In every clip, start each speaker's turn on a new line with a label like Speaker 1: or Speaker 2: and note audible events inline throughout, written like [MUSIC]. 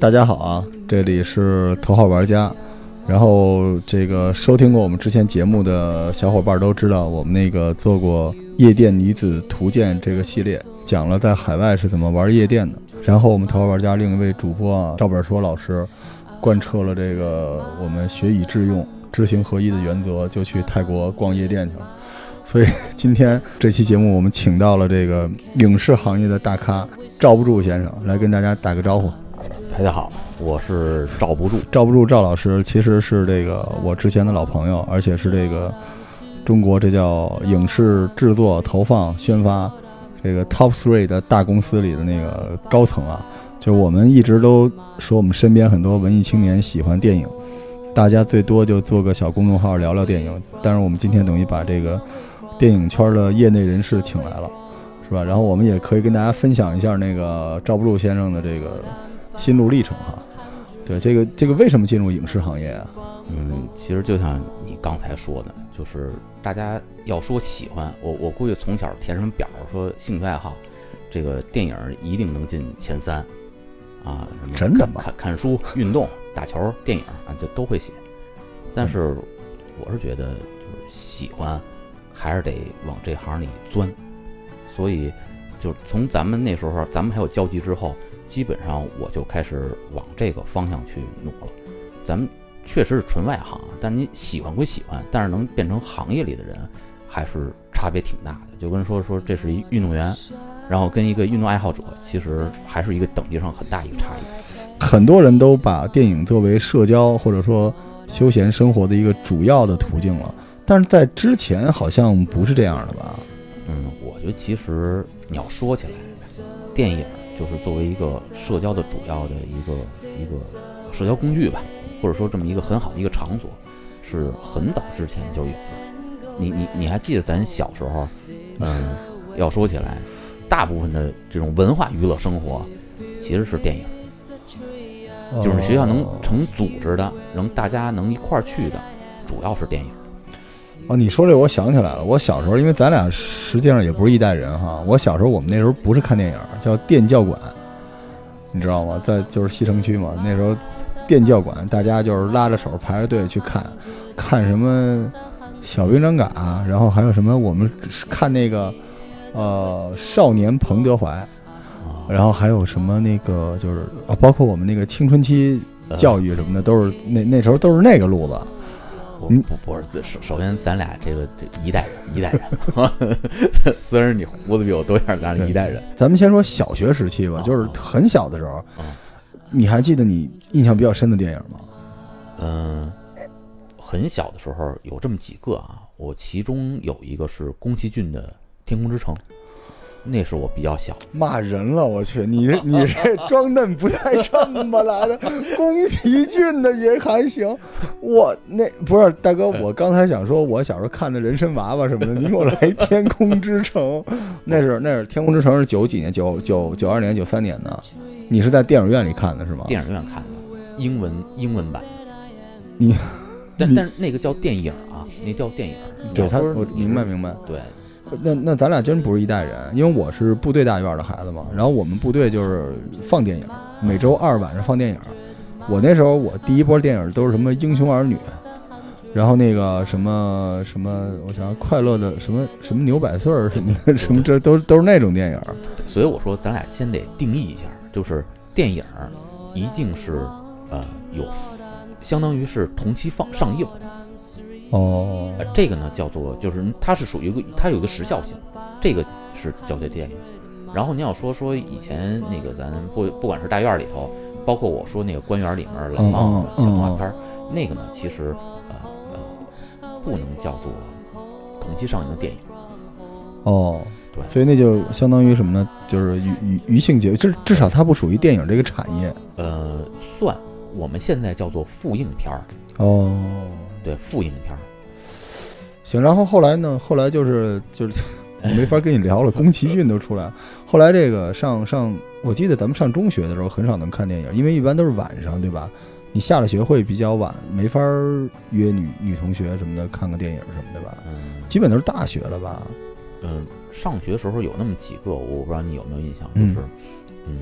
Speaker 1: 大家好啊，这里是头号玩家。然后这个收听过我们之前节目的小伙伴都知道，我们那个做过《夜店女子图鉴》这个系列，讲了在海外是怎么玩夜店的。然后我们头号玩家另一位主播啊，赵本硕老师，贯彻了这个我们学以致用、知行合一的原则，就去泰国逛夜店去了。所以今天这期节目，我们请到了这个影视行业的大咖赵不住先生来跟大家打个招呼。
Speaker 2: 大家好，我是赵不住。
Speaker 1: 赵不住赵老师其实是这个我之前的老朋友，而且是这个中国这叫影视制作、投放、宣发这个 top three 的大公司里的那个高层啊。就我们一直都说，我们身边很多文艺青年喜欢电影，大家最多就做个小公众号聊聊电影。但是我们今天等于把这个电影圈的业内人士请来了，是吧？然后我们也可以跟大家分享一下那个赵不住先生的这个心路历程哈。对，这个这个为什么进入影视行业啊？
Speaker 2: 嗯，其实就像你刚才说的，就是大家要说喜欢我，我估计从小填什么表儿说兴趣爱好，这个电影儿一定能进前三啊。什么
Speaker 1: 真的吗
Speaker 2: 看看看书、运动、打球、电影儿啊，这都会写。但是我是觉得，就是喜欢还是得往这行里钻。所以，就是从咱们那时候，咱们还有交集之后，基本上我就开始往这个方向去努了。咱们确实是纯外行，啊但是你喜欢归喜欢，但是能变成行业里的人，还是差别挺大的。就跟说说这是一运动员，然后跟一个运动爱好者，其实还是一个等级上很大一个差异。
Speaker 1: 很多人都把电影作为社交或者说休闲生活的一个主要的途径了，但是在之前好像不是这样的吧？
Speaker 2: 嗯，我觉得其实你要说起来，电影就是作为一个社交的主要的一个一个社交工具吧，或者说这么一个很好的一个场所，是很早之前就有的。你你你还记得咱小时候，嗯，要说起来，大部分的这种文化娱乐生活其实是电影，就是学校能
Speaker 1: 哦
Speaker 2: 成组织的，能大家能一块儿去的，主要是电影。
Speaker 1: 哦，你说这我想起来了，我小时候因为咱俩实际上也不是一代人哈，我小时候我们那时候不是看电影，叫电教馆，你知道吗？在就是西城区嘛，那时候电教馆大家就是拉着手排着队去看，看什么小兵张嘎，然后还有什么我们看那个呃少年彭德怀，
Speaker 2: 啊，
Speaker 1: 然后还有什么那个就是啊，包括我们那个青春期
Speaker 2: 呃
Speaker 1: 教育什么的，都是那那时候都是那个路子。
Speaker 2: 不
Speaker 1: 嗯
Speaker 2: 不不是，首首先咱俩这个这一代人，一代人， [LAUGHS] 虽然你胡子比我多点儿，但是一代人。
Speaker 1: 咱们先说小学时期吧，
Speaker 2: 啊
Speaker 1: 就是很小的时候
Speaker 2: 啊，
Speaker 1: 你还记得你印象比较深的电影吗？
Speaker 2: 嗯、很小的时候有这么几个啊，我其中有一个是宫崎骏的《天空之城》，那是我比较小。
Speaker 1: 骂人了，我去！你你这装嫩不带这么来的，宫崎骏的也还行。我那不是大哥，我刚才想说，我小时候看的人参娃娃什么的，你给我来《天空之城》， [LAUGHS] 那是那是《天空之城》是九几年，九九九二年、九三年的，你是在电影院里看的是吗？
Speaker 2: 电影院看的，英文英文版。
Speaker 1: 你，
Speaker 2: 但
Speaker 1: 你
Speaker 2: 但是那个叫电影啊，那叫电影。你
Speaker 1: 对，
Speaker 2: 要
Speaker 1: 他
Speaker 2: 说
Speaker 1: 我
Speaker 2: 你
Speaker 1: 明白
Speaker 2: 是
Speaker 1: 明白。
Speaker 2: 对，
Speaker 1: 那那咱俩真不是一代人，因为我是部队大院的孩子嘛。然后我们部队就是放电影，每周二晚上放电影。我那时候我第一波电影都是什么《英雄儿女》，然后那个什么什么，我想想快乐的什么什么牛百岁儿什么的，什么这都都是那种电影。
Speaker 2: 所以我说，咱俩先得定义一下，就是电影儿一定是呃有，相当于是同期放上映，
Speaker 1: 哦
Speaker 2: 呃，这个呢叫做就是它是属于一个它有一个时效性，这个是叫做电影。然后你要说说以前那个咱不不管是大院儿里头，包括我说那个官员里面儿老
Speaker 1: 嗯
Speaker 2: 帽子
Speaker 1: 嗯
Speaker 2: 小动画
Speaker 1: 嗯
Speaker 2: 片儿，那个呢其实呃呃不能叫做同期上映的电影。
Speaker 1: 哦，
Speaker 2: 对
Speaker 1: 所以那就相当于什么呢？就是娱娱娱性节，至至少它不属于电影这个产业。
Speaker 2: 呃，算我们现在叫做复映片儿，
Speaker 1: 哦，
Speaker 2: 对复映片儿。
Speaker 1: 行，然后后来呢？后来就是就是我没法跟你聊了，宫崎骏都出来了。后来这个上上，我记得咱们上中学的时候很少能看电影，因为一般都是晚上，对吧？你下了学会比较晚，没法儿约女女同学什么的看个电影什么的吧？
Speaker 2: 嗯
Speaker 1: 基本都是大学了吧？
Speaker 2: 嗯，上学时候有那么几个，我不知道你有没有印象，就
Speaker 1: 嗯
Speaker 2: 是，嗯，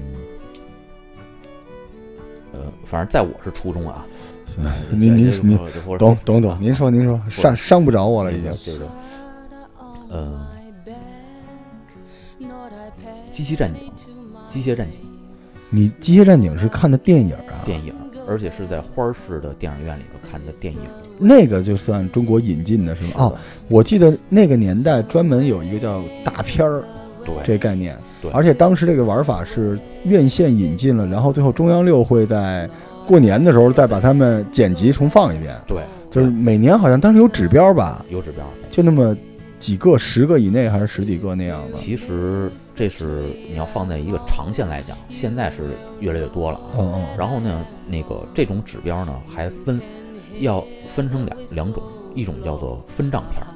Speaker 2: 嗯反正在我是初中啊，
Speaker 1: [LAUGHS] 您您您
Speaker 2: 您
Speaker 1: 懂懂懂，您说您说，伤伤不着我了已经。
Speaker 2: 就是，呃，机器战警，机械战警
Speaker 1: 你《机械战警》是看的电影啊？
Speaker 2: 电影，而且是在花儿市的电影院里头看的电影。
Speaker 1: 那个就算中国引进的是吗？哦，，我记得那个年代专门有一个叫大片儿
Speaker 2: 对，
Speaker 1: 这概念
Speaker 2: 哎对，
Speaker 1: 而且当时这个玩法是院线引进了，然后最后中央六会在过年的时候再把它们剪辑重放一遍，
Speaker 2: 对，
Speaker 1: 就是每年好像当时有指标吧，
Speaker 2: 有指标。
Speaker 1: 就那么几个，十个以内还是十几个那样的。
Speaker 2: 其实这是你要放在一个长线来讲，现在是越来越多了啊。
Speaker 1: 嗯嗯，
Speaker 2: 然后呢，那个这种指标呢还分，要分成两两种，一种叫做分账片儿，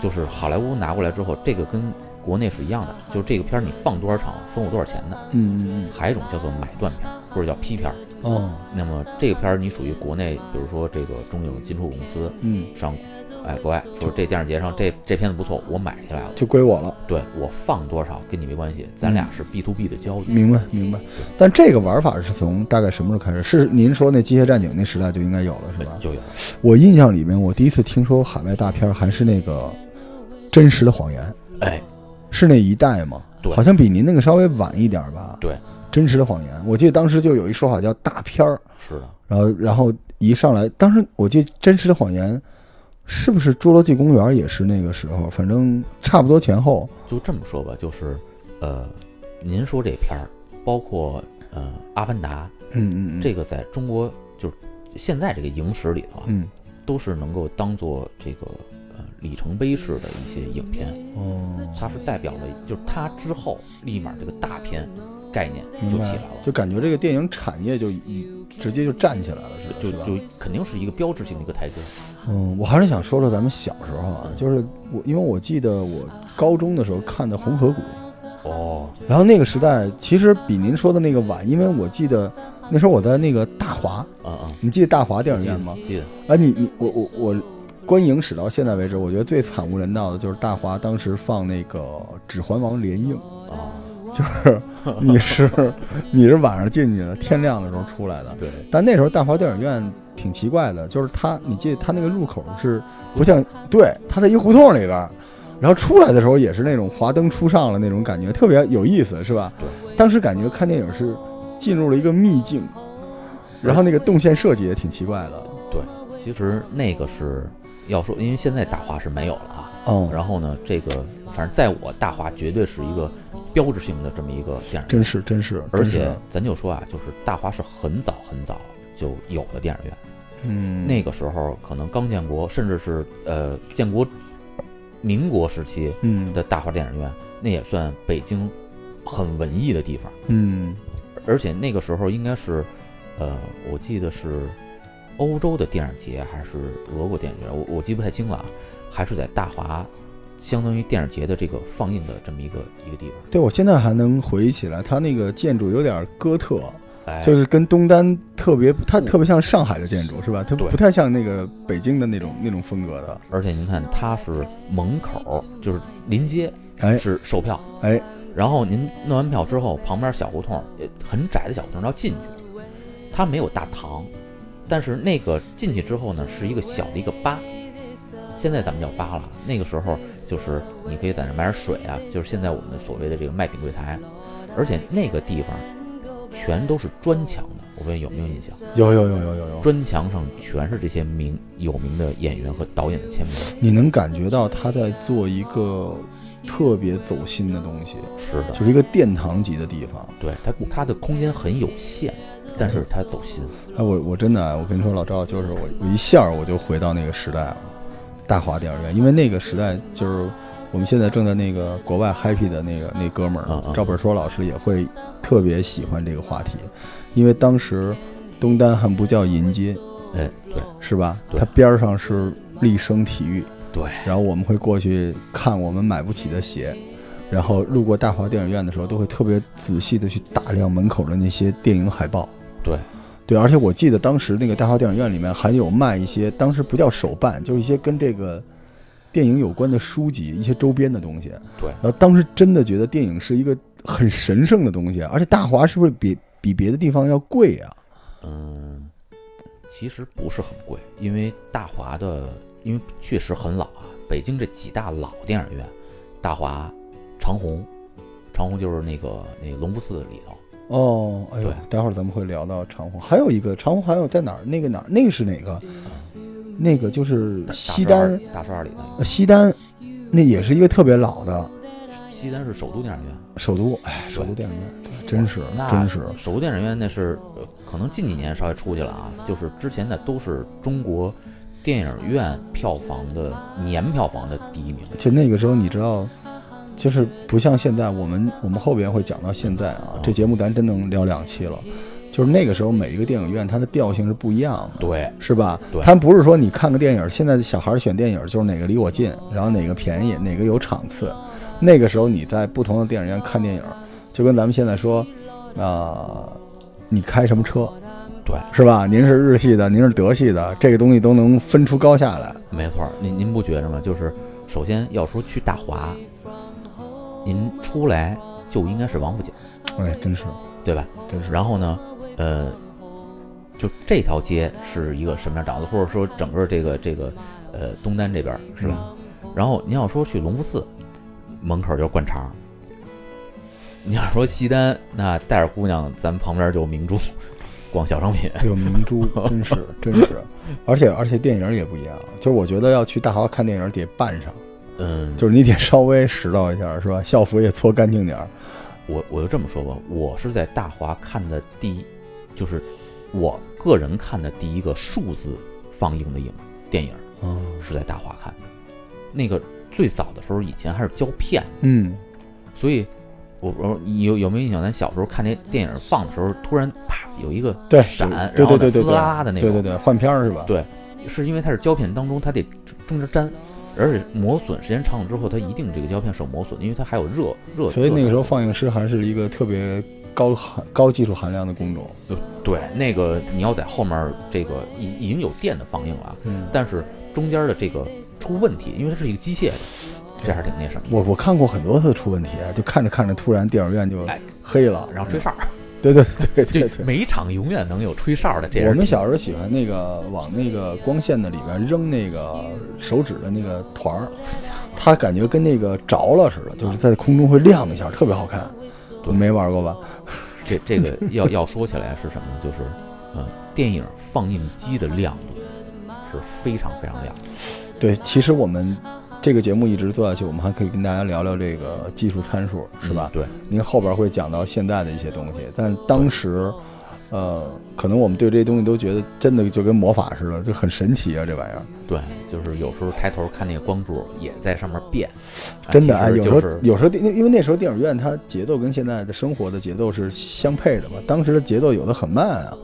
Speaker 2: 就是好莱坞拿过来之后，这个跟国内是一样的，就是这个片儿你放多少场，分我多少钱的。
Speaker 1: 嗯嗯
Speaker 2: 还有一种叫做买断片儿，或者叫批片儿。
Speaker 1: 嗯，哦，
Speaker 2: 那么这个片儿你属于国内，比如说这个中影进出口公司
Speaker 1: 嗯，
Speaker 2: 上，哎，国外说这电视节上这这片子不错，我买下来了，
Speaker 1: 就归我了。
Speaker 2: 对我放多少跟你没关系，咱俩是 B to B 的交易。
Speaker 1: 明白明白，但这个玩法是从大概什么时候开始？是您说那机械战警那时代就应该有了是吧？
Speaker 2: 哎就有
Speaker 1: 我印象里面，我第一次听说海外大片儿还是那个《真实的谎言》，
Speaker 2: 哎，
Speaker 1: 是那一代吗？
Speaker 2: 对
Speaker 1: 好像比您那个稍微晚一点儿吧。
Speaker 2: 对，
Speaker 1: 真实的谎言，我记得当时就有一说法叫大片儿，
Speaker 2: 是的，
Speaker 1: 然后然后一上来，当时我记得《真实的谎言》是不是《侏罗纪公园》也是那个时候，反正差不多前后。
Speaker 2: 就这么说吧，就是，呃，您说这片儿，包括呃《阿凡达
Speaker 1: 嗯》嗯嗯，
Speaker 2: 这个，在中国就是现在这个影史里头啊，
Speaker 1: 嗯
Speaker 2: 都是能够当做这个呃里程碑式的一些影片。
Speaker 1: 哦，
Speaker 2: 它是代表了，就是它之后立马这个大片概念嗯就
Speaker 1: 明
Speaker 2: 起
Speaker 1: 白
Speaker 2: 来了，
Speaker 1: 就感觉这个电影产业就已直接就站起来了，是吧？
Speaker 2: 就是
Speaker 1: 吧
Speaker 2: 就肯定是一个标志性的一个台阶。
Speaker 1: 嗯，我还是想说说咱们小时候啊，
Speaker 2: 嗯
Speaker 1: 就是我，因为我记得我高中的时候看的《红河谷》，
Speaker 2: 哦，
Speaker 1: 然后那个时代其实比您说的那个晚，因为我记得那时候我在那个大华，
Speaker 2: 嗯嗯，
Speaker 1: 你记得大华电影
Speaker 2: 记
Speaker 1: 院
Speaker 2: 得
Speaker 1: 吗？
Speaker 2: 记得，
Speaker 1: 啊，你你我我我，观影史到现在为止，我觉得最惨无人道的就是大华当时放那个《指环王》联映，
Speaker 2: 哦，
Speaker 1: 就是你是 [LAUGHS] 你是晚上进去的，天亮的时候出来的。
Speaker 2: 对，
Speaker 1: 但那时候大华电影院挺奇怪的，就是它，你记得它那个入口是不像，对，它在一胡同里边儿，然后出来的时候也是那种华灯初上了那种感觉，特别有意思，是吧？当时感觉看电影是进入了一个秘境，然后那个动线设计也挺奇怪的。
Speaker 2: 其实那个是要说，因为现在大华是没有了啊。
Speaker 1: 哦，
Speaker 2: 然后呢，这个反正在我大华绝对是一个标志性的这么一个电影，
Speaker 1: 真是真是，
Speaker 2: 而
Speaker 1: 真
Speaker 2: 且
Speaker 1: 是
Speaker 2: 咱就说啊，就是大华是很早很早就有的电影院。
Speaker 1: 嗯，
Speaker 2: 那个时候可能刚建国，甚至是呃建国、民国时期
Speaker 1: 嗯
Speaker 2: 的大华电影院，那也算北京很文艺的地方。
Speaker 1: 嗯
Speaker 2: 而且那个时候应该是，呃，我记得是欧洲的电影节还是俄国电影节，我我记不太清了啊，还是在大华，相当于电影节的这个放映的这么一个一个地方。
Speaker 1: 对我现在还能回忆起来，它那个建筑有点哥特，
Speaker 2: 哎，
Speaker 1: 就是跟东单特别，它
Speaker 2: 嗯
Speaker 1: 特别像上海的建筑是吧？它
Speaker 2: 对
Speaker 1: 不太像那个北京的那种那种风格的。
Speaker 2: 而且您看，它是门口就是临街
Speaker 1: 哎
Speaker 2: 是售票，
Speaker 1: 哎，
Speaker 2: 然后您弄完票之后，旁边小胡同呃很窄的小胡同要进去，它没有大堂，但是那个进去之后呢，是一个小的一个吧，现在咱们叫吧了，那个时候就是你可以在那买点水啊，就是现在我们所谓的这个卖品柜台，而且那个地方全都是砖墙的，我问有没有印象？
Speaker 1: 有有有有有有，
Speaker 2: 砖墙上全是这些名有名的演员和导演的签名，
Speaker 1: 你能感觉到他在做一个特别走心的东西，
Speaker 2: 是的，
Speaker 1: 就是一个殿堂级的地方。
Speaker 2: 对它它的空间很有限，但是它走心，
Speaker 1: 哎，我我真的，我跟你说，老赵，就是我我一下儿我就回到那个时代了，大华电影院，因为那个时代就是我们现在正在那个国外 happy 的那个那哥们
Speaker 2: 嗯
Speaker 1: 儿
Speaker 2: 嗯
Speaker 1: 赵本硕老师也会特别喜欢这个话题，因为当时东单还不叫银街，
Speaker 2: 哎，对
Speaker 1: 是吧？
Speaker 2: 对
Speaker 1: 它边儿上是立生体育，
Speaker 2: 对。
Speaker 1: 然后我们会过去看我们买不起的鞋，然后路过大华电影院的时候，都会特别仔细的去打量门口的那些电影海报。
Speaker 2: 对，
Speaker 1: 对，而且我记得当时那个大华电影院里面还有卖一些，当时不叫手办，就是一些跟这个电影有关的书籍、一些周边的东西。
Speaker 2: 对
Speaker 1: 然后当时真的觉得电影是一个很神圣的东西，而且大华是不是比比别的地方要贵啊？
Speaker 2: 嗯，其实不是很贵，因为大华的，因为确实很老啊。北京这几大老电影院，大华、长虹，长虹就是那个那隆福寺里头，
Speaker 1: 哦，哎呦
Speaker 2: 对，
Speaker 1: 待会儿咱们会聊到长虹，还有一个长虹还有在哪儿？那个哪儿？那个是哪个？那个就是
Speaker 2: 大
Speaker 1: 西单，
Speaker 2: 大十二大十二里头。
Speaker 1: 呃西单，那也是一个特别老的
Speaker 2: 西单是首都电影院，
Speaker 1: 首都，哎，首都电影院，对，真是
Speaker 2: 那
Speaker 1: 真是，
Speaker 2: 首都电影院那是呃可能近几年稍微出去了啊，就是之前的都是中国电影院票房的年票房的第一名。
Speaker 1: 就那个时候你知道，就是不像现在，我们我们后边会讲到现在啊
Speaker 2: 嗯，
Speaker 1: 这节目咱真能聊两期了，就是那个时候每一个电影院它的调性是不一样的。
Speaker 2: 对，
Speaker 1: 是吧
Speaker 2: 对？
Speaker 1: 他不是说你看个电影，现在小孩选电影就是哪个离我近，然后哪个便宜，哪个有场次。那个时候你在不同的电影院看电影，就跟咱们现在说，啊、你开什么车，
Speaker 2: 对，
Speaker 1: 是吧？您是日系的，您是德系的，这个东西都能分出高下来。
Speaker 2: 没错儿，您您不觉着吗？就是首先要说去大华，您出来就应该是王府井，
Speaker 1: 哎，真是，
Speaker 2: 对吧？
Speaker 1: 真是。
Speaker 2: 然后呢，呃，就这条街是一个什么样长子，或者说整个这个这个呃东单这边儿是吧？然后您要说去隆福寺，门口就是灌肠。你要说西单，那带着姑娘，咱旁边就明珠，逛小商品。
Speaker 1: 哎呦，明
Speaker 2: [LAUGHS]
Speaker 1: 珠真是真是，而且而且电影也不一样，就是我觉得要去大华看电影得扮上，
Speaker 2: 嗯，
Speaker 1: 就是你得稍微拾掇一下，是吧？校服也搓干净点儿。
Speaker 2: 我我就这么说吧，我是在大华看的第一，就是我个人看的第一个数字放映的影电影
Speaker 1: 嗯
Speaker 2: 是在大华看的。那个最早的时候，以前还是胶片，
Speaker 1: 嗯，
Speaker 2: 所以我我你有有没有印象？咱小时候看那电影放的时候，突然啪有一个
Speaker 1: 对，
Speaker 2: 闪，
Speaker 1: 对对对对
Speaker 2: 然后呢滋啦啦的那
Speaker 1: 对对
Speaker 2: 种，
Speaker 1: 对，换片儿是吧？
Speaker 2: 对是因为它是胶片当中它得中间粘。而且磨损时间长了之后，它一定这个胶片是有磨损的，因为它还有热热。
Speaker 1: 所以那个时候
Speaker 2: 热
Speaker 1: 放映师还是一个特别高含高技术含量的工种。
Speaker 2: 就对，那个你要在后面儿这个已已经有电的放映了啊，
Speaker 1: 嗯，
Speaker 2: 但是中间的这个出问题，因为它是一个机械的，这还是挺那什么的。
Speaker 1: 我我看过很多次出问题，啊就看着看着突然电影院就
Speaker 2: 哎
Speaker 1: 黑了，嗯
Speaker 2: 然后吹哨儿，
Speaker 1: 对对对对
Speaker 2: [LAUGHS] 这
Speaker 1: 对。
Speaker 2: 每一场永远能有吹哨儿的，这
Speaker 1: 我
Speaker 2: 人
Speaker 1: 们小时候喜欢那个往那个光线的里边扔那个手指的那个团儿，它感觉跟那个着了似的，就是在空中会亮一下，特别好看。你没玩过吧？
Speaker 2: 这这个要要说起来是什么呢？就是，呃，电影放映机的亮度是非常非常亮的。
Speaker 1: 对，其实我们这个节目一直做下去，我们还可以跟大家聊聊这个技术参数，是吧？
Speaker 2: 嗯对，
Speaker 1: 您后边会讲到现在的一些东西，但是当时，呃，可能我们对这些东西都觉得真的就跟魔法似的，就很神奇啊，这玩意儿
Speaker 2: 对，就是有时候抬头看那个光柱也在上面变，啊
Speaker 1: 真的
Speaker 2: 其
Speaker 1: 哎，
Speaker 2: 实
Speaker 1: 有时
Speaker 2: 就
Speaker 1: 候
Speaker 2: 是
Speaker 1: 有时候因为因为那时候电影院它节奏跟现在的生活的节奏是相配的嘛，当时的节奏有的很慢啊。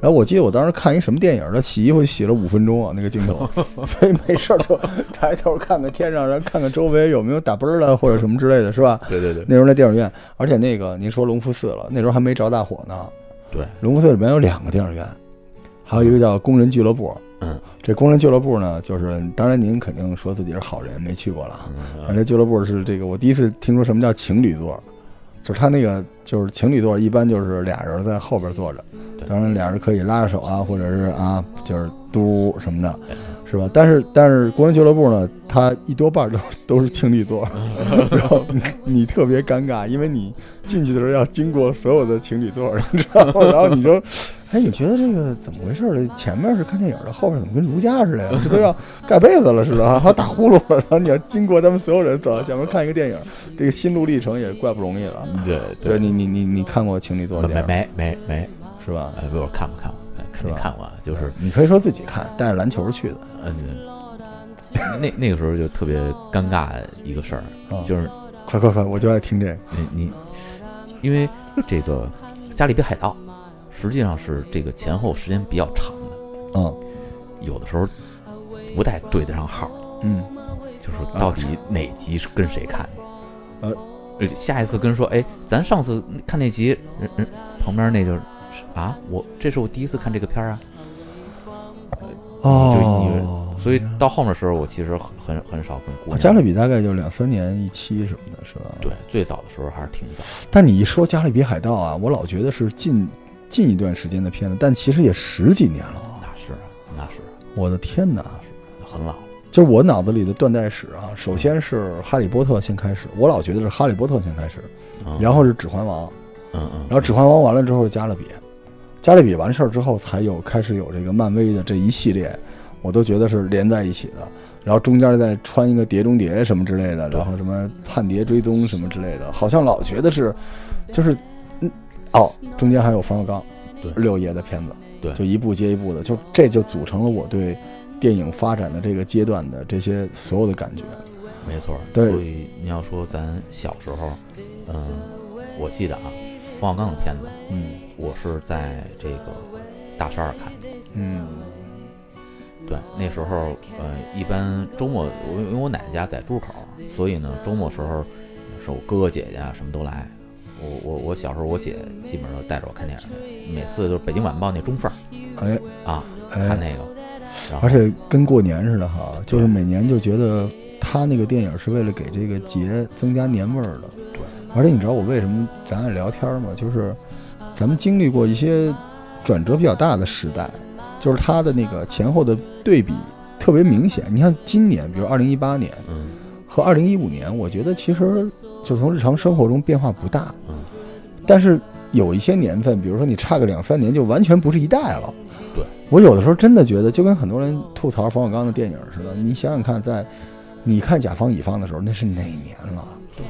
Speaker 1: 然后我记得我当时看一什么电影，他洗衣服洗了五分钟啊，那个镜
Speaker 2: [LAUGHS]
Speaker 1: 头，所以没事儿就抬头看看天上，然后看看周围有没有打啵儿的或者什么之类的，是吧？
Speaker 2: 对对对
Speaker 1: 那时候那电影院，而且那个您说隆福寺了，那时候还没着大火呢。
Speaker 2: 对，
Speaker 1: 龙福寺里面有两个电影院，还有一个叫工人俱乐部。
Speaker 2: 嗯，
Speaker 1: 这工人俱乐部呢，就是当然您肯定说自己是好人，没去过了啊。反
Speaker 2: 嗯，
Speaker 1: 正俱乐部是这个，我第一次听说什么叫情侣座，就是他那个就是情侣座，一般就是俩人在后边坐着，
Speaker 2: 对
Speaker 1: 当然俩人可以拉着手啊，或者是啊，就是嘟什么的，是吧？但是但是工人俱乐部呢，它一多半都都是情侣座，然后你你特别尴尬，因为你进去的时候要经过所有的情侣座，你知道吗？然后你就。 [LAUGHS] 哎，你觉得这个怎么回事儿？这前面是看电影的，后面怎么跟儒家似的呀？这都要盖被子了似的， [LAUGHS] 还打呼噜了。然后你要经过他们所有人走到前面看一个电影，这个心路历程也怪不容易了。
Speaker 2: 对
Speaker 1: 对你，你你你看过情侣座的
Speaker 2: 没
Speaker 1: 电影
Speaker 2: 没没没，
Speaker 1: 是吧？
Speaker 2: 呃，不是看过看过，哎肯定看过，啊，就是
Speaker 1: 你可以说自己看，带着篮球去的。
Speaker 2: 嗯，那 [COUGHS] 那个时候就特别尴尬的一个事儿，
Speaker 1: 啊
Speaker 2: 就是
Speaker 1: 快快快，我就爱听这个。
Speaker 2: 你你，因为这个《加勒比海盗》实际上是这个前后时间比较长的，
Speaker 1: 嗯
Speaker 2: 有的时候不太对得上号，
Speaker 1: 嗯，
Speaker 2: 就是到底哪集是跟谁看的
Speaker 1: 啊呃。
Speaker 2: 呃，下一次跟人说，哎，咱上次看那集，人人旁边那就是啊，我这是我第一次看这个片儿啊，
Speaker 1: 哦，
Speaker 2: 所以到后面的时候，我其实很很很少跟姑
Speaker 1: 啊
Speaker 2: 娘。
Speaker 1: 加勒比大概就两三年一期什么的，是吧？
Speaker 2: 对，最早的时候还是挺早的。
Speaker 1: 但你一说《加勒比海盗》啊，我老觉得是近近一段时间的片子，但其实也十几年了啊！
Speaker 2: 那是那是
Speaker 1: 我的天哪！
Speaker 2: 很老了，
Speaker 1: 就是我脑子里的断代史啊，首先是《哈利波特》先开始，我老觉得是《哈利波特》先开始，
Speaker 2: 嗯
Speaker 1: 然后是《指环王》，
Speaker 2: 嗯嗯，
Speaker 1: 然后《指环王》完了之后是《加勒比》，《加勒比》完事儿之后才有开始有这个漫威的这一系列，我都觉得是连在一起的。然后中间再穿一个碟中谍什么之类的，然后什么叛谍追踪什么之类的，好像老觉得是，就是，嗯，哦，中间还有冯小刚，
Speaker 2: 对
Speaker 1: 六爷的片子，
Speaker 2: 对
Speaker 1: 就一部接一部的，就这就组成了我对电影发展的这个阶段的这些所有的感觉。
Speaker 2: 没错儿。
Speaker 1: 对
Speaker 2: 所以你要说咱小时候，嗯，我记得啊，冯小刚的片子，
Speaker 1: 嗯
Speaker 2: 我是在这个大栅栏看的。
Speaker 1: 嗯
Speaker 2: 对，那时候呃，一般周末我因为我奶奶家在朱口，所以呢，周末时候是我哥哥姐姐啊什么都来。我我我小时候，我姐基本上都带着我看电影去，每次就是《北京晚报》那中缝儿
Speaker 1: 哎
Speaker 2: 啊，
Speaker 1: 哎
Speaker 2: 看，那个。然后
Speaker 1: 而且跟过年似的哈，就是每年就觉得他那个电影是为了给这个节增加年味儿的。
Speaker 2: 对，
Speaker 1: 而且你知道我为什么咱俩聊天吗？就是咱们经历过一些转折比较大的时代，就是它的那个前后的对比特别明显。你看今年，比如二零一八年
Speaker 2: 嗯
Speaker 1: 和二零一五年，我觉得其实就是从日常生活中变化不大，
Speaker 2: 嗯，
Speaker 1: 但是有一些年份，比如说你差个两三年，就完全不是一代了。
Speaker 2: 对，
Speaker 1: 我有的时候真的觉得，就跟很多人吐槽冯小刚的电影似的，你想想看，在你看甲方乙方的时候，那是哪年了？
Speaker 2: 对，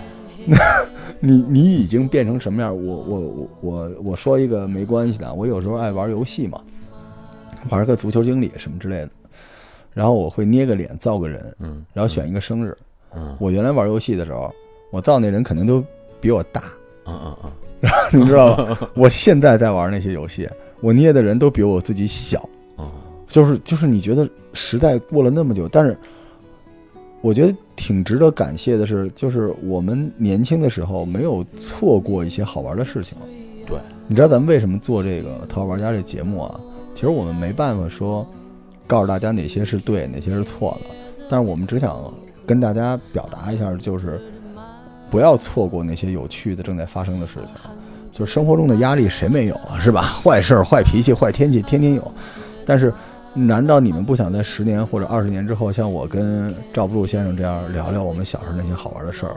Speaker 1: 那 [LAUGHS] 你你已经变成什么样？我我我我我说一个没关系的，我有时候爱玩游戏嘛，玩个足球经理什么之类的，然后我会捏个脸造个人，
Speaker 2: 嗯，
Speaker 1: 然后选一个生日。
Speaker 2: 嗯
Speaker 1: 我原来玩游戏的时候，我造那人肯定都比我大，
Speaker 2: 嗯嗯嗯，
Speaker 1: 你知道吗？我现在在玩那些游戏，我捏的人都比我自己小，
Speaker 2: 嗯
Speaker 1: 就是就是你觉得时代过了那么久，但是我觉得挺值得感谢的是，就是我们年轻的时候没有错过一些好玩的事情。
Speaker 2: 对，
Speaker 1: 你知道咱们为什么做这个《淘宝玩家》这节目啊？其实我们没办法说告诉大家哪些是对，哪些是错的，但是我们只想跟大家表达一下，就是不要错过那些有趣的正在发生的事情。就是生活中的压力谁没有啊，是吧？ [LAUGHS] 坏事儿、坏脾气、坏天气，天天有。但是，难道你们不想在十年或者二十年之后，像我跟赵不住先生这样聊聊我们小时候那些好玩的事儿？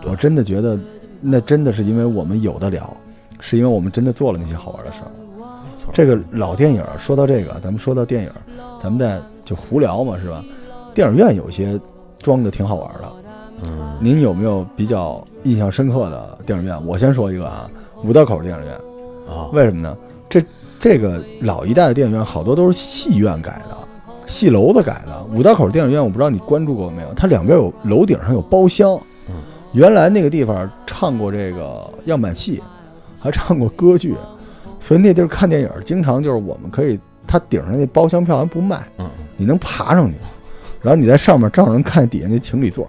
Speaker 2: 对
Speaker 1: 我真的觉得，那真的是因为我们有的聊，是因为我们真的做了那些好玩的事儿。
Speaker 2: 没错儿。
Speaker 1: 这个老电影，说到这个，咱们说到电影，咱们再就胡聊嘛，是吧？电影院有些装的挺好玩的，
Speaker 2: 嗯
Speaker 1: 您有没有比较印象深刻的电影院？我先说一个啊，五道口电影院，
Speaker 2: 啊，
Speaker 1: 为什么呢？这这个老一代的电影院好多都是戏院改的，戏楼子改的。五道口电影院，我不知道你关注过没有？它两边有楼顶上有包厢
Speaker 2: 嗯，
Speaker 1: 原来那个地方唱过这个样板戏，还唱过歌剧，所以那地儿看电影经常就是我们可以，它顶上那包厢票还不卖，
Speaker 2: 嗯
Speaker 1: 你能爬上去，然后你在上面正好能看底下那情侣座，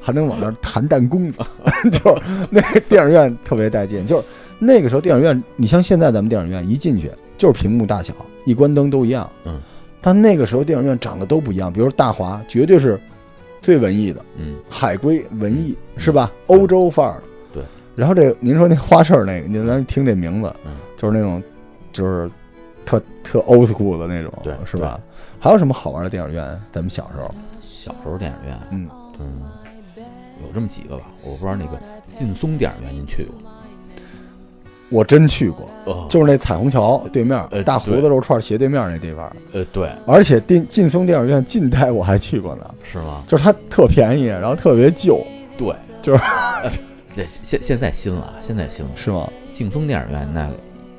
Speaker 1: 还能往那儿弹弹弓， [LAUGHS] 就是那电影院特别带劲。就是那个时候电影院，你像现在咱们电影院一进去就是屏幕大小，一关灯都一样。
Speaker 2: 嗯，
Speaker 1: 但那个时候电影院长得都不一样，比如大华绝对是最文艺的，
Speaker 2: 嗯
Speaker 1: 海归文艺是吧？
Speaker 2: 嗯
Speaker 1: 欧洲范儿。
Speaker 2: 对。
Speaker 1: 然后这个您说那花市儿那个，您咱一听这名字，
Speaker 2: 嗯
Speaker 1: 就是那种，就是特特 old school 的那种，
Speaker 2: 对
Speaker 1: 是吧？还有什么好玩的电影院？咱们小时候，
Speaker 2: 嗯，小时候电影院，
Speaker 1: 嗯，
Speaker 2: 嗯，有这么几个吧，我不知道那个劲松电影院您去过吗？
Speaker 1: 我真去过，
Speaker 2: 哦
Speaker 1: 就是那彩虹桥对面，
Speaker 2: 呃
Speaker 1: 大胡子肉串斜对面那地方。
Speaker 2: 呃，对，
Speaker 1: 而且电劲松电影院近代我还去过呢，
Speaker 2: 是吗？
Speaker 1: 就是它特便宜，然后特别旧，
Speaker 2: 对，
Speaker 1: 就是
Speaker 2: 哎对现现在新了啊，现在新了。
Speaker 1: 是吗？
Speaker 2: 劲松电影院那，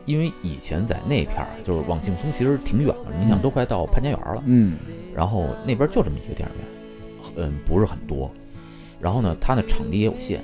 Speaker 2: 因为以前在那片儿，就是往劲松其实挺远的，你想都快到潘家园了。
Speaker 1: 嗯
Speaker 2: 然后那边就这么一个电影院，嗯，不是很多。然后呢，它那场地也有限，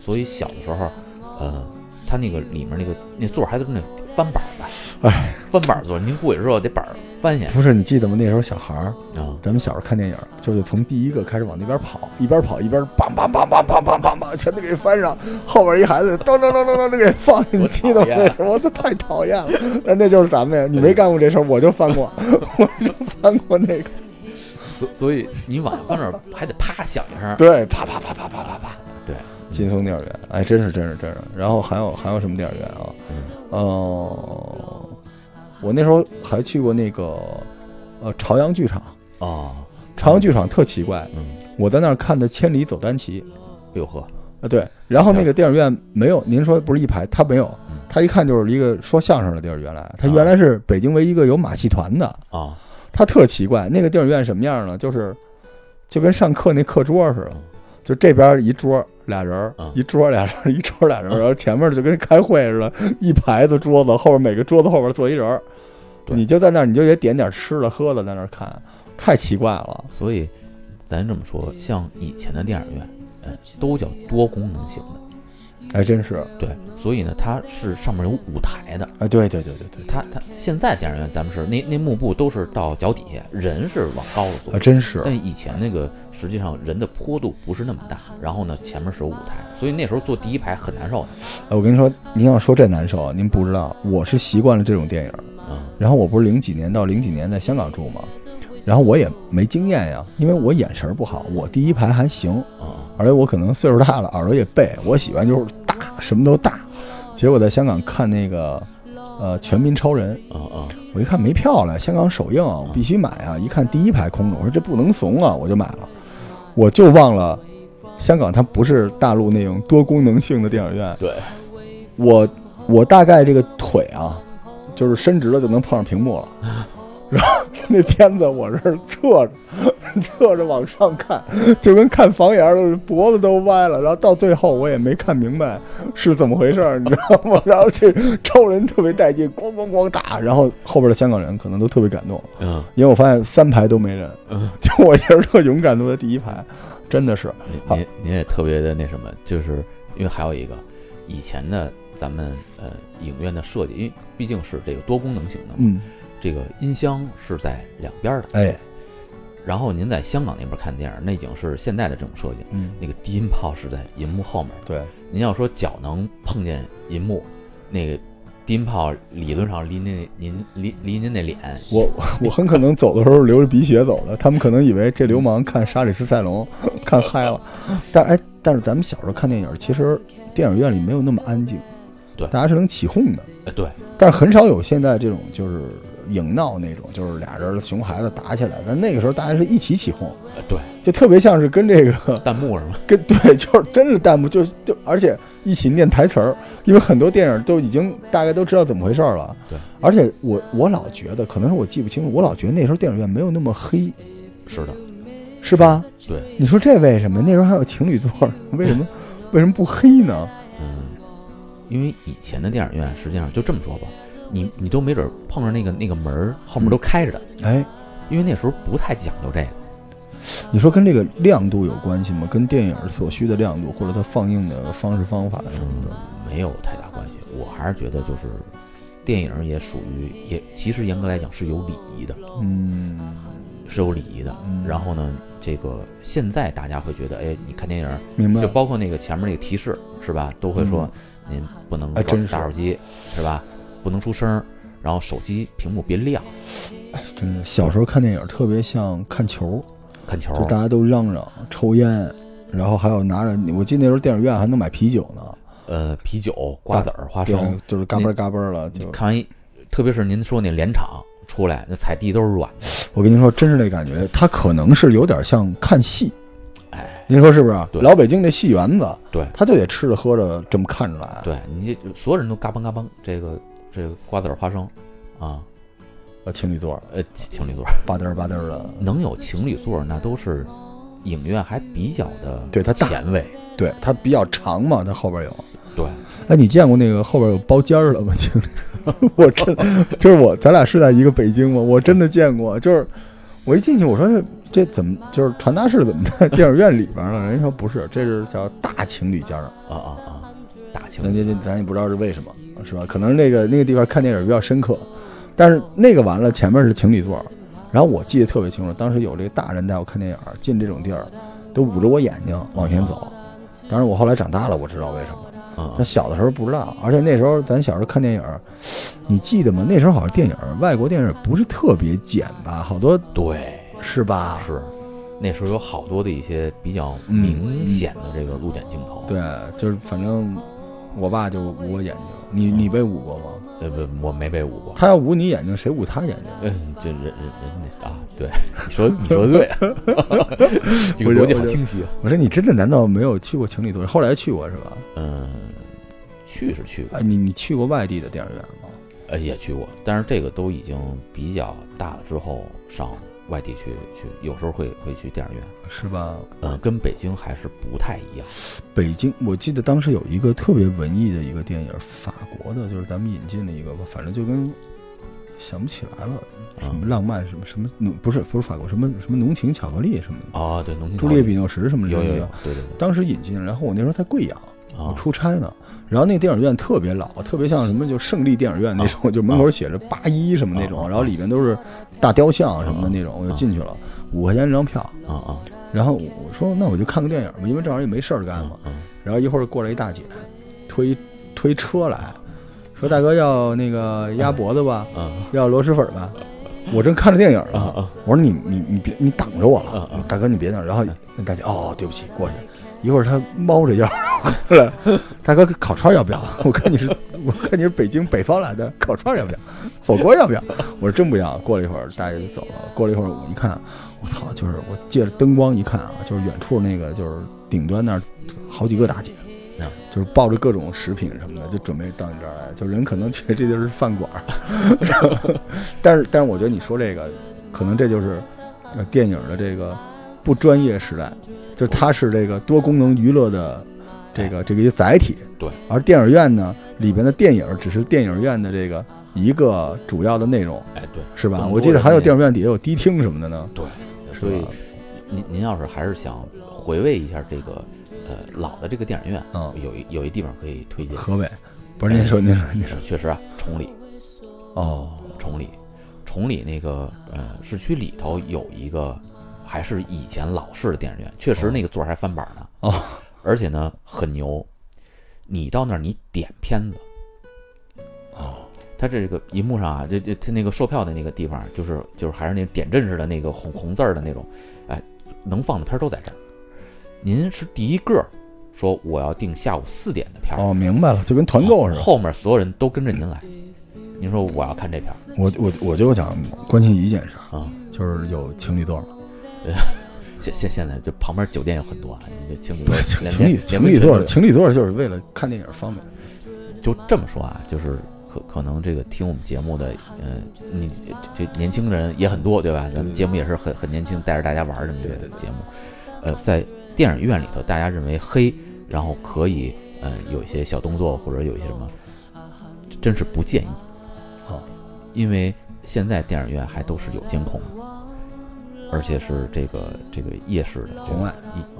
Speaker 2: 所以小的时候，呃，它那个里面那个那座儿还都是那翻板儿的，哎，翻板儿座，您跪着之后得板儿翻下去
Speaker 1: 不是，你记得吗？那时候小孩儿，
Speaker 2: 啊。
Speaker 1: 咱们小时候看电影，就是从第一个开始往那边跑，一边跑一边梆梆梆梆梆梆梆梆，全都给翻上。后边一孩子咚咚咚咚咚都给放进去，你记得吗？那时候我都太讨厌了。哎那那就是咱们呀，你没干过这事儿，我就翻过， [LAUGHS] 我就翻过那个。
Speaker 2: 所所以你往下翻那儿还得啪响一声，
Speaker 1: 对，啪啪啪啪啪啪啪。
Speaker 2: 对，
Speaker 1: 劲松电影院，哎，真是真是真是。然后还有还有什么电影院啊？
Speaker 2: 嗯
Speaker 1: 呃，我那时候还去过那个呃朝阳剧场，
Speaker 2: 哦，
Speaker 1: 朝阳剧场特奇怪，
Speaker 2: 嗯，
Speaker 1: 我在那儿看的《千里走单骑》
Speaker 2: 哟呵，
Speaker 1: 啊，对，然后那个电影院没有，您说不是一排，它没有
Speaker 2: 嗯，
Speaker 1: 它一看就是一个说相声的地儿。原来它
Speaker 2: 啊
Speaker 1: 原来是北京唯一一个有马戏团的，
Speaker 2: 啊，
Speaker 1: 它特奇怪。那个电影院什么样呢？就是就跟上课那课桌似的
Speaker 2: 嗯，
Speaker 1: 就这边一桌俩人儿
Speaker 2: 嗯，
Speaker 1: 一桌俩人儿，一桌俩人儿，然后前面就跟开会似的，一排子桌子，后边每个桌子后边坐一人儿，
Speaker 2: 对
Speaker 1: 你就在那儿，你就也点点吃的喝的在那儿看，太奇怪了。
Speaker 2: 所以咱这么说，像以前的电影院，呃，都叫多功能型的，
Speaker 1: 哎，真是，
Speaker 2: 对，所以呢，它是上面有舞台的。
Speaker 1: 哎，对对对对对，
Speaker 2: 它它现在电影院咱们是那那幕布都是到脚底下，人是往高了坐
Speaker 1: 啊，，真是，
Speaker 2: 但以前那个实际上人的坡度不是那么大，然后呢前面是有舞台，所以那时候坐第一排很难受的。
Speaker 1: 哎，我跟你说，您要说这难受啊，您不知道，我是习惯了这种电影儿。
Speaker 2: 嗯
Speaker 1: 然后我不是零几年到零几年在香港住嘛，然后我也没经验呀，因为我眼神儿不好，我第一排还行，
Speaker 2: 嗯
Speaker 1: 而且我可能岁数大了，耳朵也背，我喜欢就是大，什么都大。结果在香港看那个呃《全民超人》，
Speaker 2: 嗯嗯，
Speaker 1: 我一看没票了，香港首映啊，我必须买啊！一看第一排空着，我说这不能怂啊，我就买了。我就忘了，香港它不是大陆那种多功能性的电影院，
Speaker 2: 对，
Speaker 1: 我我大概这个腿啊，就是伸直了就能碰上屏幕了。然后那片子我是侧着 [LAUGHS] 侧着往上看，就跟看房檐儿，脖子都歪了。然后到最后我也没看明白是怎么回事儿，你知道吗？ [LAUGHS] 然后这超人特别带劲，咣咣咣打。然后后边的香港人可能都特别感动，
Speaker 2: 嗯
Speaker 1: 因为我发现三排都没人，
Speaker 2: 嗯，
Speaker 1: [LAUGHS] 就我一人特勇敢，坐在第一排，真的是好
Speaker 2: 您您您也特别的那什么，就是因为还有一个以前的咱们呃影院的设计，因为毕竟是这个多功能型的嘛，
Speaker 1: 嗯，
Speaker 2: 这个音箱是在两边儿的。
Speaker 1: 哎，
Speaker 2: 然后您在香港那边看电影，那已经是现代的这种设计，
Speaker 1: 嗯，
Speaker 2: 那个低音炮是在银幕后面。
Speaker 1: 对，
Speaker 2: 您要说脚能碰见银幕，那个低音炮理论上离您您离离您那脸，
Speaker 1: 我我很可能走的时候流着鼻血走的，他们可能以为这流氓看莎莉斯塞隆 [LAUGHS] 看嗨了，但是哎，但是咱们小时候看电影，其实电影院里没有那么安静，
Speaker 2: 对
Speaker 1: 大家是能起哄的，
Speaker 2: 呃对，
Speaker 1: 但是很少有现在这种就是影闹那种，就是俩人熊孩子打起来，但那个时候大家是一起起哄，
Speaker 2: 呃对，
Speaker 1: 就特别像是跟这个
Speaker 2: 弹幕是吗？
Speaker 1: 跟 [LAUGHS] 对，就是真是弹幕就就而且一起念台词儿，因为很多电影都已经大概都知道怎么回事儿了。
Speaker 2: 对，
Speaker 1: 而且我我老觉得，可能是我记不清楚，我老觉得那时候电影院没有那么黑，
Speaker 2: 是 [LAUGHS] 的，
Speaker 1: 是吧？
Speaker 2: 对，
Speaker 1: 你说这为什么？那时候还有情侣座儿，为
Speaker 2: [LAUGHS]
Speaker 1: 什么为什么不黑呢？
Speaker 2: 嗯，因为以前的电影院实际上就这么说吧，你你都没准碰上那个那个门儿后面都开着的，
Speaker 1: 哎，
Speaker 2: 因为那时候不太讲究这个。
Speaker 1: 你说跟这个亮度有关系吗？跟电影所需的亮度，或者它放映的方式方法什么
Speaker 2: 嗯
Speaker 1: 的？，
Speaker 2: 没有太大关系。我还是觉得就是，电影也属于也，其实严格来讲是有礼仪的，
Speaker 1: 嗯，
Speaker 2: 是有礼仪的。
Speaker 1: 嗯
Speaker 2: 然后呢，这个现在大家会觉得，哎，你看电影，
Speaker 1: 明白
Speaker 2: 就。包括那个前面那个提示是吧，都会说、您不能
Speaker 1: 哎真是
Speaker 2: 打手机是吧，不能出声，然后手机屏幕别亮，
Speaker 1: 真是小时候看电影特别像看球。
Speaker 2: 看球。
Speaker 1: 就大家都嚷嚷抽烟，然后还有拿着，我记得那时候电影院还能买啤酒呢，
Speaker 2: 呃，啤酒、瓜子儿、花
Speaker 1: 对
Speaker 2: 生，，
Speaker 1: 就是嘎嘣儿嘎嘣儿了。就
Speaker 2: 看完一，特别是您说那连场出来，那踩地都是软的。
Speaker 1: 我跟您说，真是那感觉，它可能是有点像看戏，
Speaker 2: 哎，
Speaker 1: 您说是不是啊？
Speaker 2: 对
Speaker 1: 老北京这戏园子，
Speaker 2: 对
Speaker 1: 他就得吃着喝着这么看着来。
Speaker 2: 对你这所有人都嘎嘣嘎嘣，这个这个瓜子儿花生，啊，
Speaker 1: 呃，情侣座
Speaker 2: 呃，情侣座
Speaker 1: 吧嗒儿吧嗒儿的，
Speaker 2: 能有情侣座，那都是影院还比较的
Speaker 1: 对它大
Speaker 2: 前卫，
Speaker 1: 对，它比较长嘛，它后边有。
Speaker 2: 对，
Speaker 1: 哎，你见过那个后边有包间儿的吗？经理， [LAUGHS] 我真就是我，咱俩是在一个北京吗？我真的见过，就是我一进去，我说这这怎么就是传达室怎么在电影院里边了？人家说不是，这是叫大情侣间儿。
Speaker 2: 啊啊啊，大情
Speaker 1: 那
Speaker 2: 侣，
Speaker 1: 那那咱也不知道是为什么，是吧？可能那个那个地方看电影比较深刻，但是那个完了，前面是情侣座儿，然后我记得特别清楚，当时有这个大人带我看电影儿，进这种地儿都捂着我眼睛往前走。当然，我后来长大了，我知道为什么了。
Speaker 2: 嗯
Speaker 1: 那小的时候不知道，而且那时候咱小时候看电影儿，你记得吗？那时候好像电影儿外国电影儿不是特别剪吧，好多
Speaker 2: 对，
Speaker 1: 是吧？
Speaker 2: 是，那时候有好多的一些比较
Speaker 1: 嗯
Speaker 2: 明显的这个露点镜头，
Speaker 1: 对，就是反正我爸就捂我眼睛，你你被捂过吗？
Speaker 2: 呃不，我没被捂过。
Speaker 1: 他要捂你眼睛，谁捂他眼睛？
Speaker 2: 嗯，这人人人那啊，对，你说你说的
Speaker 1: [LAUGHS]
Speaker 2: 对，啊这个逻辑好清晰。啊
Speaker 1: 我说你真的难道没有去过情侣座？后来去过是吧？
Speaker 2: 嗯，去是去过，
Speaker 1: 啊，你你去过外地的电影院吗？
Speaker 2: 呃，也去过，但是这个都已经比较大了，之后上外地去去，有时候会会去电影院，
Speaker 1: 是吧？
Speaker 2: 嗯，跟北京还是不太一样。
Speaker 1: 北京，我记得当时有一个特别文艺的一个电影，法国的，就是咱们引进的一个吧，反正就跟想不起来了，什么
Speaker 2: 嗯，
Speaker 1: 浪漫什么什么浓，不是不是法国，什么什么浓情巧克力什么的，
Speaker 2: 哦，对，农村
Speaker 1: 朱丽叶与诺什什么之
Speaker 2: 有
Speaker 1: 类
Speaker 2: 有
Speaker 1: 的。
Speaker 2: 有，对对
Speaker 1: 当时引进，然后我那时候在贵阳，
Speaker 2: 对，
Speaker 1: 我
Speaker 2: 啊，
Speaker 1: 出差呢。然后那个电影院特别老，特别像什么就胜利电影院那种，就门口写着八一什么那种，
Speaker 2: 啊
Speaker 1: 然后里面都是大雕像什么的那种，我就进去了，五块钱一张票。
Speaker 2: 啊啊，
Speaker 1: 然后我说那我就看个电影吧，因为正好也没事儿干嘛。
Speaker 2: 嗯，
Speaker 1: 然后一会儿过来一大姐，推推车来，说大哥要那个鸭脖子吧，
Speaker 2: 嗯
Speaker 1: 要螺蛳粉吧。我正看着电影
Speaker 2: 嗯啊
Speaker 1: 呢，
Speaker 2: 啊，
Speaker 1: 我说你你你别你挡着我了
Speaker 2: 嗯，嗯
Speaker 1: 大哥你别挡。然后那大姐哦对不起过去，一会儿她猫着腰过来，大哥烤串要不要？ [LAUGHS] 我看你是我看你是北京北方来的，烤串要不要？火锅要不要？我说真不要。过了一会儿大爷就走了，过了一会儿我一看，我操，就是我借着灯光一看啊，就是远处那个就是顶端那儿好几个大姐
Speaker 2: 嗯。
Speaker 1: 就是抱着各种食品什么的，就准备到你这儿来。就人可能觉得这就是饭馆儿， [LAUGHS] 但是但是我觉得你说这个，可能这就是呃电影的这个不专业时代，就是它是这个多功能娱乐的这个这个一个载体。
Speaker 2: 哎对，
Speaker 1: 而电影院呢，里边的电影只是电影院的这个一个主要的内容，
Speaker 2: 哎对。
Speaker 1: 是吧？
Speaker 2: 更多
Speaker 1: 我记得
Speaker 2: 的
Speaker 1: 还有
Speaker 2: 内
Speaker 1: 电
Speaker 2: 容
Speaker 1: 影院底下有迪厅什么的呢，是
Speaker 2: 所以
Speaker 1: 吧？
Speaker 2: 您您要是还是想回味一下这个呃老的这个电影院，
Speaker 1: 嗯，
Speaker 2: 有一有一地方可以推荐，
Speaker 1: 河北不是您说您说您
Speaker 2: [LAUGHS]
Speaker 1: 说
Speaker 2: 呃确实啊，崇礼
Speaker 1: 哦，
Speaker 2: 崇礼崇礼那个呃市区里头有一个还是以前老式的电影院，确实那个座儿还翻板呢
Speaker 1: 哦，
Speaker 2: 而且呢很牛，你到那儿你点片子
Speaker 1: 哦。
Speaker 2: 它这个银幕上啊，这这它那个售票的那个地方，就是就是还是那点阵式的那个红红字儿的那种，哎，能放的片儿都在这儿。您是第一个说我要订下午四点的片儿，
Speaker 1: 哦，明白了，就跟团购似的。
Speaker 2: 后面所有人都跟着您来。您说我要看这片儿
Speaker 1: 我我我就想关心一件事儿，
Speaker 2: 啊，
Speaker 1: 就是有情侣座了。
Speaker 2: 现现现在这旁边酒店有很多啊，你这情侣座
Speaker 1: 情 [LAUGHS]
Speaker 2: 连
Speaker 1: 情侣
Speaker 2: 连
Speaker 1: 情侣座，
Speaker 2: 连
Speaker 1: 情侣座就是为了看电影方便。
Speaker 2: 就这么说啊，就是可可能这个听我们节目的，嗯、你这这年轻人也很多，对吧？咱们节目也是很很年轻，带着大家玩儿这么一个
Speaker 1: 对对对
Speaker 2: 节目。呃，在电影院里头，大家认为黑，然后可以，呃，有一些小动作或者有一些什么，真是不建议
Speaker 1: 哦，
Speaker 2: 因为现在电影院还都是有监控的，而且是这个这个夜视的，
Speaker 1: 红外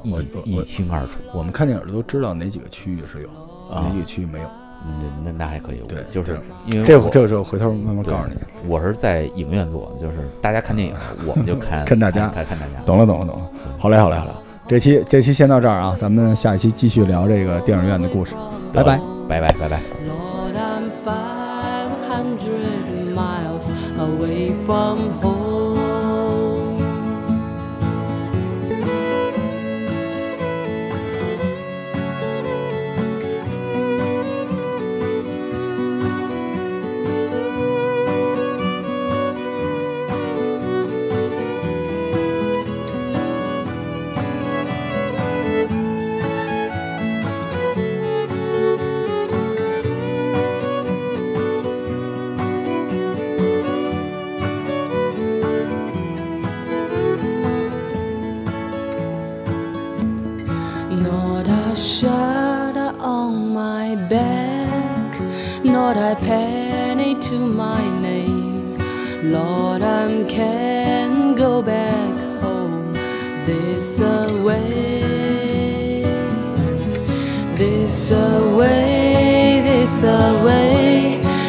Speaker 2: 一
Speaker 1: 我我
Speaker 2: 一一清二楚
Speaker 1: 我们看电影的都知道哪几个区域是有，哪
Speaker 2: 啊
Speaker 1: 几，个区域没有。
Speaker 2: 嗯那那那还可以，我
Speaker 1: 对
Speaker 2: 就是
Speaker 1: 对
Speaker 2: 因为
Speaker 1: 这
Speaker 2: 我
Speaker 1: 这这我回头慢慢
Speaker 2: 对
Speaker 1: 告诉你。
Speaker 2: 我是在影院做，就是大家看电影，我们就
Speaker 1: [LAUGHS]
Speaker 2: 看
Speaker 1: 看大家
Speaker 2: 看看大家。
Speaker 1: 懂了，懂了，懂了。好嘞，好嘞，好嘞。这期这期先到这儿啊，咱们下一期继续聊这个电影院的故事。拜拜。
Speaker 2: 拜拜，拜拜。
Speaker 3: Lord, I'm 500 miles away from home. Not a shadow on my back, not a penny to my name. Lord, I can go back home this away, this away, this away.